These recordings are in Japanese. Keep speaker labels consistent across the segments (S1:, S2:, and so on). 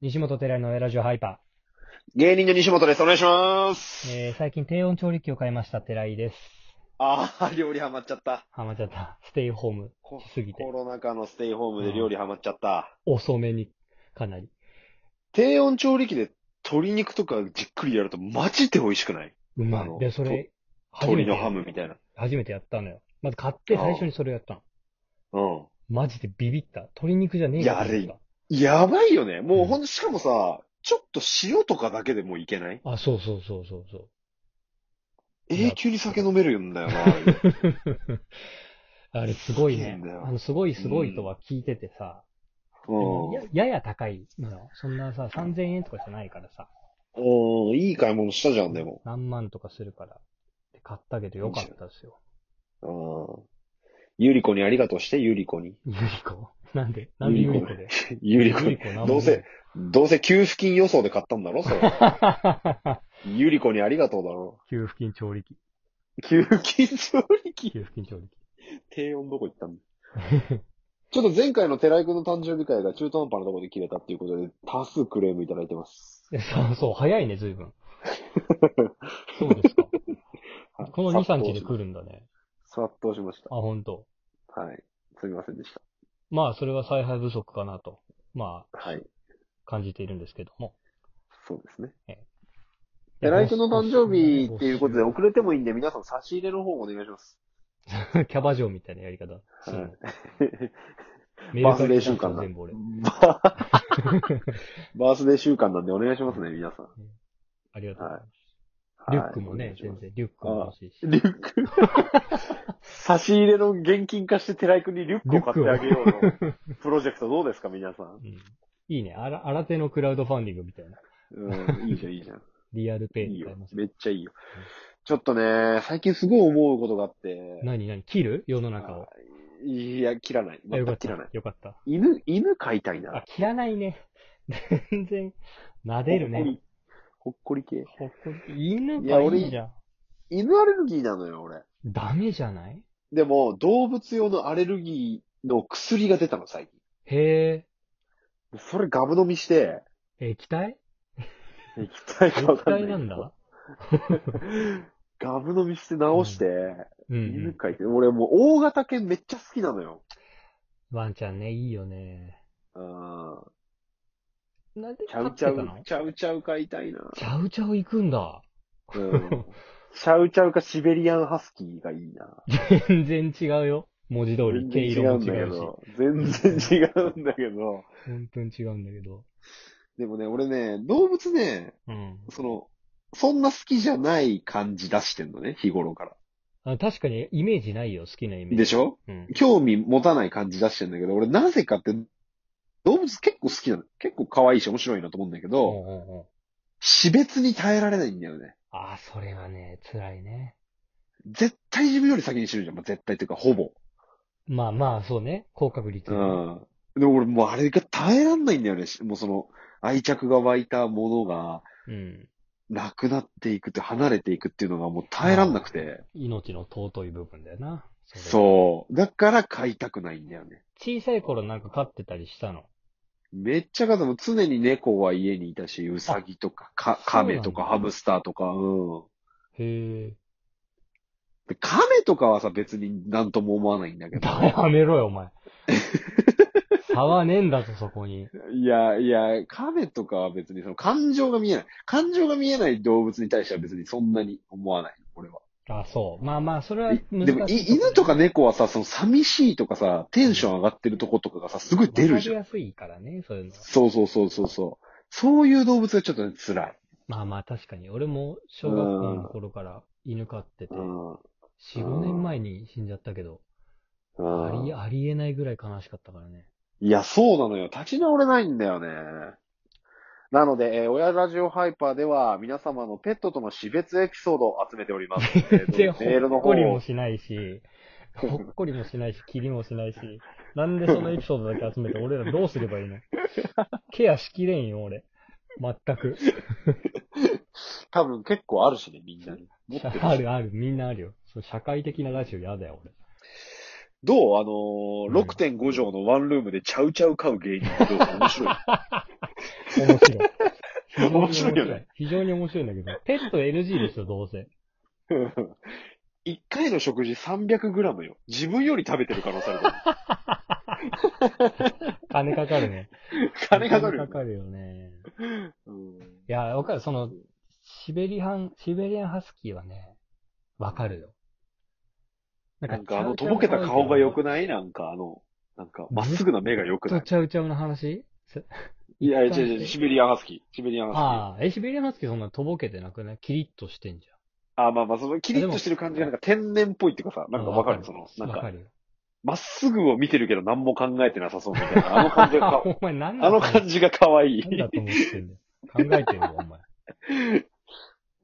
S1: 西本寺のラジオハイパ
S2: 芸人の西本です。お願いします。
S1: ー。えー、最近低温調理器を買いました、寺井です。
S2: ああ、料理ハマっちゃった。
S1: ハマっちゃった。ステイホーム
S2: コ
S1: しすぎて
S2: コ。ロナ禍のステイホームで料理ハマっちゃった。
S1: 遅めに、かなり。
S2: 低温調理器で鶏肉とかじっくりやるとマジで美味しくない
S1: うんま
S2: あ
S1: い
S2: の。
S1: で、それ、初め
S2: 鶏
S1: て
S2: の、ハムみたいな。
S1: 初めてやったのよ。まず買って最初にそれやったの。
S2: うん。
S1: マジでビビった。鶏肉じゃねえかと思った
S2: いややばいよね。も
S1: う
S2: うんほんと、しかもさ、ちょっと塩とかだけでもいけない
S1: あ、そうそうそうそうそう。いや
S2: 永久に酒飲めるんだよな。
S1: あれすごいね
S2: すげえんだ。よ
S1: あの、すごいすごいとは聞いててさ、
S2: うん
S1: ややや高いのよ。そんなさ、3000円とかじゃないからさ、
S2: うん。いい買い物したじゃん、でも。
S1: 何万とかするから。で買ったけどよかったですよ。
S2: うん。ゆり子にありがとうして、ゆり子に。
S1: ゆりこなんでなんでゆりこで
S2: ゆり子に。
S1: ゆりこ
S2: どうせ。どうせ給付金予想で買ったんだろそれ。
S1: なんも
S2: ゆり子にありがとうだろ。
S1: 給付金調理器。
S2: 給付金調理器。
S1: 給付金調理器。
S2: 低温どこ行 ったんだちょっと前回の寺井くんの誕生日会が中途半端なところで切れたっていうことで、多数クレームいただいてます。
S1: えそう、そう、早いね、随分。 そうですか。
S2: はい
S1: この2、3日で
S2: 殺到し
S1: 来るんだね。
S2: 殺到しました。
S1: あ、ほんと。
S2: はい。すみませんでした。
S1: まあ、それは采配不足かなと、まあ、
S2: はい。
S1: 感じているんですけども。
S2: そうですね。寺井くんの誕生日っていうことで、遅れてもいいんで、皆さん差し入れの方お願いします。
S1: で。 キャバ嬢みたいなやり方。
S2: い
S1: メ
S2: バ
S1: ル
S2: ース
S1: カ
S2: デー
S1: リ
S2: 週間だ。
S1: 全部 俺。
S2: バーバースデー週間なんでお願いしますね、皆さん。
S1: ありがとうございます。
S2: はい
S1: リュックも
S2: お願
S1: ね
S2: い、しま
S1: 全
S2: す
S1: 然、リュックも欲しいし。
S2: リュック。差し入れの現金化して寺井くんにリュックを買ってあげよう のプロジェクトどうですか、皆さん。
S1: うんいいね。あら、新手のクラウドファンディングみたいな。
S2: うん、いいじゃん、いいじゃん。
S1: リアルペイ
S2: いい
S1: に
S2: よ
S1: 変えま。す。
S2: めっちゃいいよ。ちょっとね、最近すごい思うことがあって。
S1: 何何切る世の中を。
S2: いや、切らない。
S1: あ
S2: 全
S1: よかっ
S2: く
S1: た
S2: 切らない。。
S1: よかった。
S2: 犬、犬飼いたいな。
S1: あ、切らないね。 全然、撫でる
S2: ほっ
S1: ね
S2: こり。。ほっこり系。
S1: ほっこり。犬
S2: いや
S1: か
S2: 俺
S1: いいじゃん。
S2: 犬アレルギーなのよ、俺。
S1: ダメじゃない
S2: でも、動物用のアレルギーの薬が出たの、最
S1: へ
S2: 近。それガブ飲みして、
S1: え、液体
S2: 液体かわ
S1: 液
S2: かんない。
S1: 体なんだ。
S2: ガブ飲みして直して、
S1: うんう
S2: 犬
S1: ん。
S2: 飼いて、俺もう大型犬めっちゃ好きなのよ。
S1: ワンちゃんね、いいよね。
S2: うん。
S1: なんで
S2: ちゃ
S1: 飼っ
S2: う
S1: て
S2: ち
S1: た
S2: ゃ
S1: の
S2: う、ちゃうちゃう飼い たいな。
S1: ちゃうちゃう行くんだ。
S2: うん。ちゃうちゃうかシベリアンハスキーがいいな。
S1: 全然違うよ。文字通り、毛色も違うし。
S2: 全然違うんだけど。
S1: 本当に違うんだけど。
S2: でもね、俺ね、動物ね、
S1: うん。
S2: その、そんな好きじゃない感じ出してんのね、日頃から。
S1: あ確かにイメージないよ、好きなイメージ。
S2: でしょ
S1: うん。
S2: 興味持たない感じ出してんだけど、俺なぜかって、動物結構好きなの。結構可愛いし面白いなと思うんだけ
S1: う
S2: ど、
S1: んうんうん。
S2: 死別に耐えられないんだよね。
S1: ああ、それはね、辛いね。
S2: 絶対自分より先に死ぬじゃん。まあ、絶対というか、ほぼ。
S1: まあまあ、そうね。高確率。
S2: う。ん。でも俺もうあれが耐えらんないんだよね。もうその、愛着が湧いたものが、
S1: うん。
S2: なくなっていくって、離れていくっていうのがもう耐えらんなくて。
S1: 命の尊い部分だよな。それ
S2: そう。だから飼いたくないんだよね。
S1: 小さい頃なんか飼ってたりしたの。
S2: めっちゃ飼っても常に猫は家にいたし、ウサギとか、か、カメとか
S1: そうなんだ
S2: ハムスターとか、うん。
S1: へえ。
S2: でカメとかはさ、別になんとも思わないんだけど。
S1: やめろよ、お前。差はねえんだぞ、そこに。
S2: いや、いや、カメとかは別にその感情が見えない。感情が見えない動物に対しては別にそんなに思わない。俺は。
S1: あ、そう。まあまあ、それは難しい、
S2: でも、い犬とか猫はさ、その寂しいとかさ、テンション上がってるとことかがさ、すごい出るじゃん。
S1: わかりやすいからね、そういうのは。
S2: そうそうそうそうそう。そういう動物がちょっとね、辛い。
S1: まあまあ、確かに。俺も小学校の頃から犬飼ってて、
S2: うん。
S1: 4、5年前に死んじゃったけど、あ
S2: う
S1: り、
S2: ん。
S1: ありえないぐらい悲しかったからね。
S2: いや、そうなのよ。立ち直れないんだよね。なので、えー親ラジオハイパーでは、皆様のペットとの死別エピソードを集めており ます。えーと
S1: で、
S2: メール
S1: ほっ
S2: の方
S1: こり
S2: を
S1: もしないし、ほっこりもしないし、キリもしないし、なんでそのエピソードだけ集めて俺らどうすればいいのケアしきれんよ、俺。全く。
S2: 多分結構あるしね、みんなに。持ってるし
S1: あるある、みんなあるよ。そう社会的なラジオ嫌だよ、俺。
S2: どうあのー、6.5畳のワンルームでちゃうちゃう買う芸人ってどう面白い。
S1: 面白い。非常に
S2: 面白いよね。
S1: 非常に面白いんだけど。ペット NG ですよ、どうせ。
S2: 一回の食事 300g よ。自分より食べてる可 能性あるから。
S1: 金かかるね。
S2: 金かかる
S1: 金
S2: よね
S1: かかるよね。
S2: うん
S1: いや、わかる。その、シベリハン、シベリアンハスキーはね、わかるよ。な
S2: なんかあの、とぼけた顔が良くないなんかあの、なんか、まっすぐな目が良く
S1: ちゃ
S2: な
S1: う
S2: い
S1: ちゃうちゃうの話せ
S2: いや、違う違う、シベリアンハスキー。シベリアンハ
S1: ああ、え、シベリアンハスキーそんなとぼけてなくないキリッとしてんじ
S2: スキー。あ、まあまあ、その、キリッとしてる感じがなんか天然っぽいっていうかさ、
S1: ゃん。
S2: なんかわかるその、なん
S1: わ
S2: か
S1: か、るよ。
S2: まっすぐを見てるけど何も考えてなさそうみたいな。あの感じがか
S1: お前何な
S2: あの感
S1: じ。
S2: じが可愛い。
S1: 何だと思ってんだよ。考えてるよ、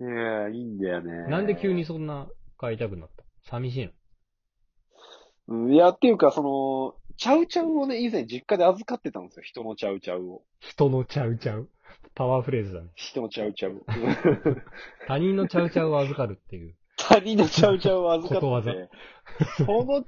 S1: お 前。
S2: いや、いいんだよね。
S1: なんで急にそんな買いたくなった寂しいの
S2: うんいや、っていうか、その、チャウチャウをね、以前実家で預かってたんですよ。人のチャウチャウを。
S1: 人のちゃうちゃう。パワーフレーズだね。
S2: 人のチャウチ ャウを。
S1: 他人のちゃうちゃうを預かるっていう。
S2: 他人のチャウチャウを預
S1: こと
S2: か
S1: わ
S2: っ
S1: ざ
S2: てて、その、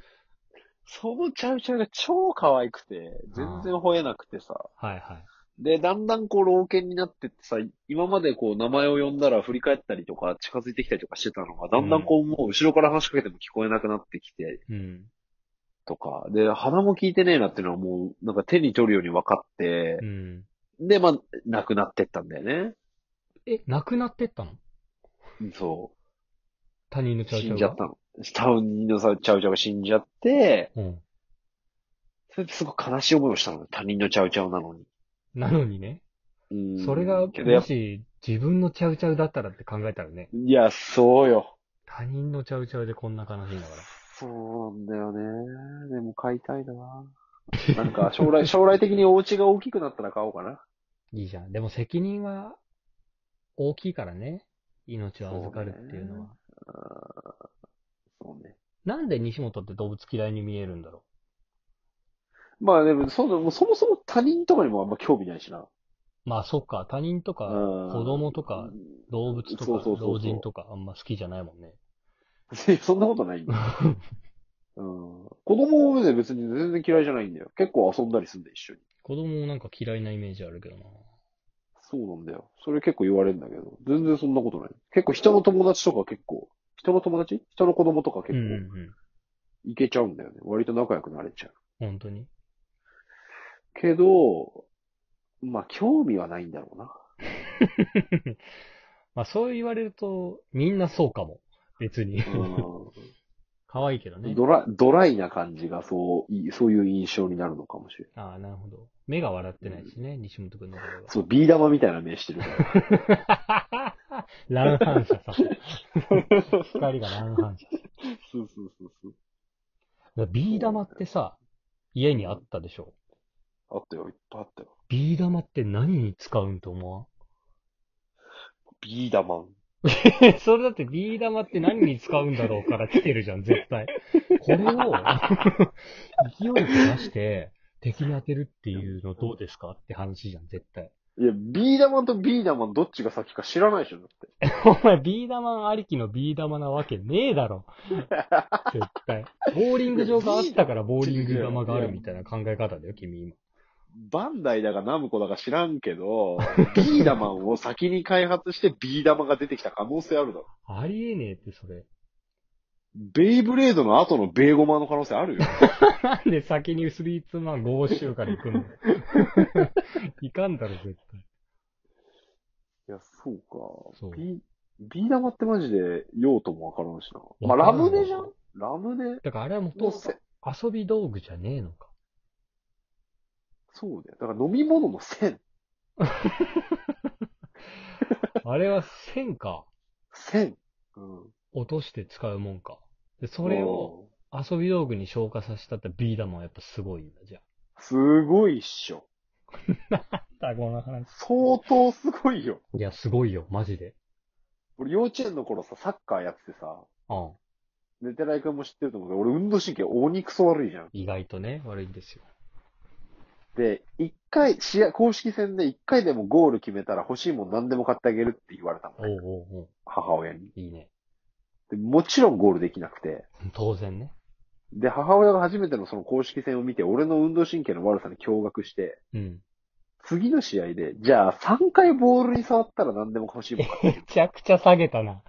S2: そのチャウチャウが超可愛くて、全然吠えなくてさ。
S1: はいはい。
S2: で、だんだんこう、老犬になってってさ、今までこう、名前を呼んだら振り返ったりとか、近づいてきたりとかしてたのが、だんだんこう、もう後ろから話しかけても聞こえなくなってきて、
S1: うん。
S2: とか、で、鼻も効いてねえなっていうのはもう、なんか手に取るように分かって
S1: う、ん。
S2: で、まあ、亡くなってったんだよね。
S1: え、亡くなってったの
S2: そ
S1: 他人の
S2: う。
S1: ちゃうち
S2: 死
S1: ゃ
S2: ん
S1: う
S2: じゃ
S1: が
S2: った。の。タウンのさ、チャウチャウが死んじゃって、
S1: うん。
S2: それですごい悲しい思いをしたのよ。他人のチャウチャウなのに。
S1: なのにね。
S2: うん。
S1: それが、
S2: けど
S1: も
S2: やっぱ
S1: し自分のちゃうちゃうだったらって考えたらね。
S2: いや、そうよ。
S1: 他人のちゃうちゃうでこんな悲しいんだから。
S2: そうなんだよね。でも買いたいな。なんか、将来、将来的にお家が大きくなったら買おうかな。
S1: いいじゃん。でも責任は大きいからね。命を預かるっていうのは。
S2: あーそうね。
S1: なんで西本って動物嫌いに見えるんだろ
S2: まあでも、そうだ、もうそもそも他人とかにもあんま興味ないしな。
S1: う。まあそっか、他人とか、
S2: うん
S1: 子供とか、動物とか、
S2: そうそうそうそう
S1: 老人とかあんま好きじゃないもんね。
S2: いや そんなことないんだよ。 うん。子供もね、別に全然嫌いじゃないんだよ。結構遊んだりすんで、一緒に。
S1: 子供もなんか嫌いなイメージあるけどな。
S2: そうなんだよ。それ結構言われるんだけど、全然そんなことない。結構人の友達とか結構、人の友達人の子供とか
S1: うん
S2: 結
S1: う
S2: 構、
S1: んうん。
S2: いけちゃうんだよね。割と仲良くなれちゃう。
S1: 本当に。
S2: けど、まあ、興味はないんだろうな。
S1: まあそう言われると、みんなそうかも。別に。可愛いけど
S2: う ん
S1: ね。
S2: ドラドライな感じが、そうい、そういう印象になるのかもしれない。
S1: ああ、なるほど。目が笑ってないしね、西本くんのことが。
S2: そう、ビー玉みたいな目して るから。
S1: 乱反射さ。光が乱反射
S2: そうそうそうそう。
S1: さ。ビー玉ってさ、家にあったでしょ。
S2: あったよ、いっぱいあったよ。
S1: ビー玉って何に使うんと思わん
S2: ビー玉。
S1: え、 それだってビー玉って何に使うんだろうから来てるじゃん、絶対。これを、勢いを出して、敵に当てるっていうのどうですかって話じゃん、絶対。
S2: いや、ビー玉とビー玉どっちが先か知らないでしょ、だって。
S1: お前、ビー玉ありきのビー玉なわけねえだろ。絶対。ボーリング場があったからボーリング玉があるみたいな考え方だよ、君今。
S2: バンダイだかナムコだか知らんけ ど、ビー玉を先に開発してビー玉が出てきた可能性あるだろ。
S1: ありえねえって、それ。
S2: ベイブレードの後のベーゴマの可能性ある よ。
S1: なんで先にスリーツーマン5周から行く のいかんだろ、絶対。
S2: いや、そうか。
S1: そう
S2: ビビー玉ってマジで用途もわからんしな。ま
S1: わ
S2: あ、ラ
S1: からんわ
S2: ムネじゃんラムネ
S1: だからあれはも
S2: の
S1: と
S2: せ、
S1: 遊び道具じゃねえのか。
S2: そうだよ。だから飲み物の線。
S1: あれは線か。
S2: 線。うん。
S1: 落として使うもんか。で、それを
S2: うん。
S1: 遊び道具に消化させたってビー玉はやっぱすごいんだ、じゃ
S2: すごいっしょ。
S1: あ。だ、この話。
S2: 相当すごいよ。
S1: いや、すごいよ、マジで。
S2: 俺幼稚園の頃さ、サッカーやっててさ、
S1: うん。
S2: 寝てない君も知ってると思うけど、俺運動神経鬼クソ悪いじゃん。
S1: 意外とね、悪いんですよ。
S2: で、一回、試合、公式戦で一回でもゴール決めたら欲しいもん何でも買ってあげるって言われたの
S1: おう
S2: ね。
S1: おうおう。
S2: 母親に
S1: いいね。
S2: で。もちろんゴールできなくて。
S1: 当然ね。
S2: で、母親が初めてのその公式戦を見て、俺の運動神経の悪さに驚愕して、
S1: うん。
S2: 次の試合で、じゃあ3回ボールに触ったら何でも欲しいもん買って
S1: めちゃくちゃ下げたな。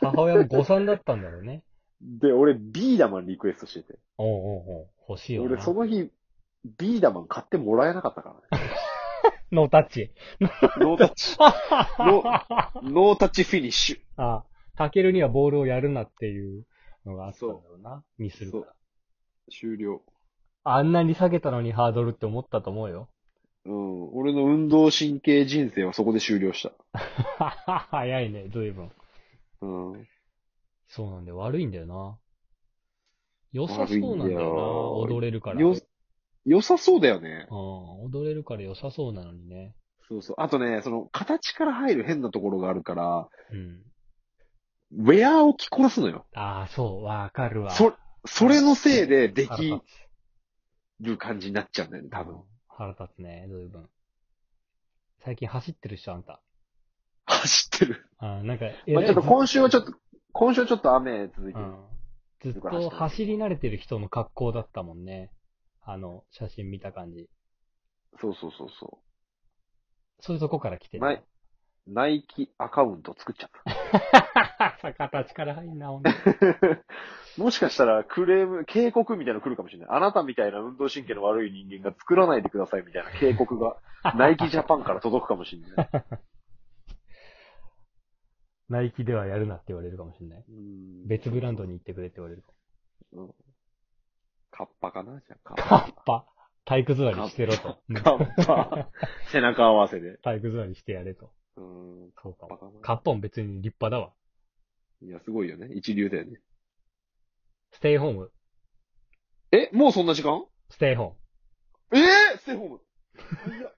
S1: 母親も誤算だったんだろうね。
S2: で、俺ビーダマンリクエストして
S1: おうおうおう欲しい
S2: て。
S1: よ
S2: 俺
S1: な
S2: そ。の日、ビーダマン買ってもらえなかったからね。
S1: ノータッチ。
S2: ノータッチ。
S1: あ、
S2: ノータッチフィニッシュ。
S1: タケルにはボールをやるなっていうのがあったんだろうな。ミスるか
S2: そう
S1: ら。
S2: 終了。
S1: あんなに下げたのにハードルって思ったと思うよ。
S2: うん。俺の運動神経人生はそこで終了した。
S1: 早いね、随分。
S2: うん。
S1: そうなんで悪いんだよな。良さそうなんだよな。
S2: 悪いんだよ
S1: 踊れるから。
S2: よ、良さそうだよね。
S1: うん、踊れるから良さそうなのにね。
S2: そうそう。あとね、その、形から入る変なところがあるから、
S1: うん。
S2: ウェアを着こなすのよ。
S1: ああ、そう、わかるわ。
S2: そ、それのせいでで
S1: 腹立
S2: きる感じになっちゃうんだよね、
S1: つ。
S2: 多分。。
S1: 腹立つね、随分。最近走ってるっしょ、あんた。
S2: 走ってる。
S1: あーなんか、
S2: まあ、ちょっと今週はちょっ
S1: と、
S2: と、今週はちょっと雨続いて
S1: う
S2: る。
S1: ん。ずっと走り慣れてる人の格好だったもんね。あの、写真見た感じ。
S2: そうそうそうそ
S1: そういうとこから来てる。
S2: はいいう。ナイキアカウント作っちゃった。
S1: 形から入んな、ほんと
S2: もしかしたらクレーム、警告みたいなの来るかもしれない。あなたみたいな運動神経の悪い人間が作らないでくださいみたいな警告が、ナイキジャパンから届くかもしれない。
S1: ナイキではやるなって言われるかもしれない。
S2: うん
S1: 別ブランドに行ってくれって言われるかも。
S2: カッパかなじゃあ、
S1: カッパ。体育座りしてろと。
S2: カッパ。背中合わせで。
S1: 体育座りしてやれと。
S2: うん。
S1: そうか
S2: カッパ
S1: も。
S2: かな
S1: カッポン別に立派だわ。
S2: いや、すごいよね。一流だよね。
S1: ステイホーム。
S2: え、もうそんな時間
S1: ステイホーム。
S2: えー、ステイホーム。いや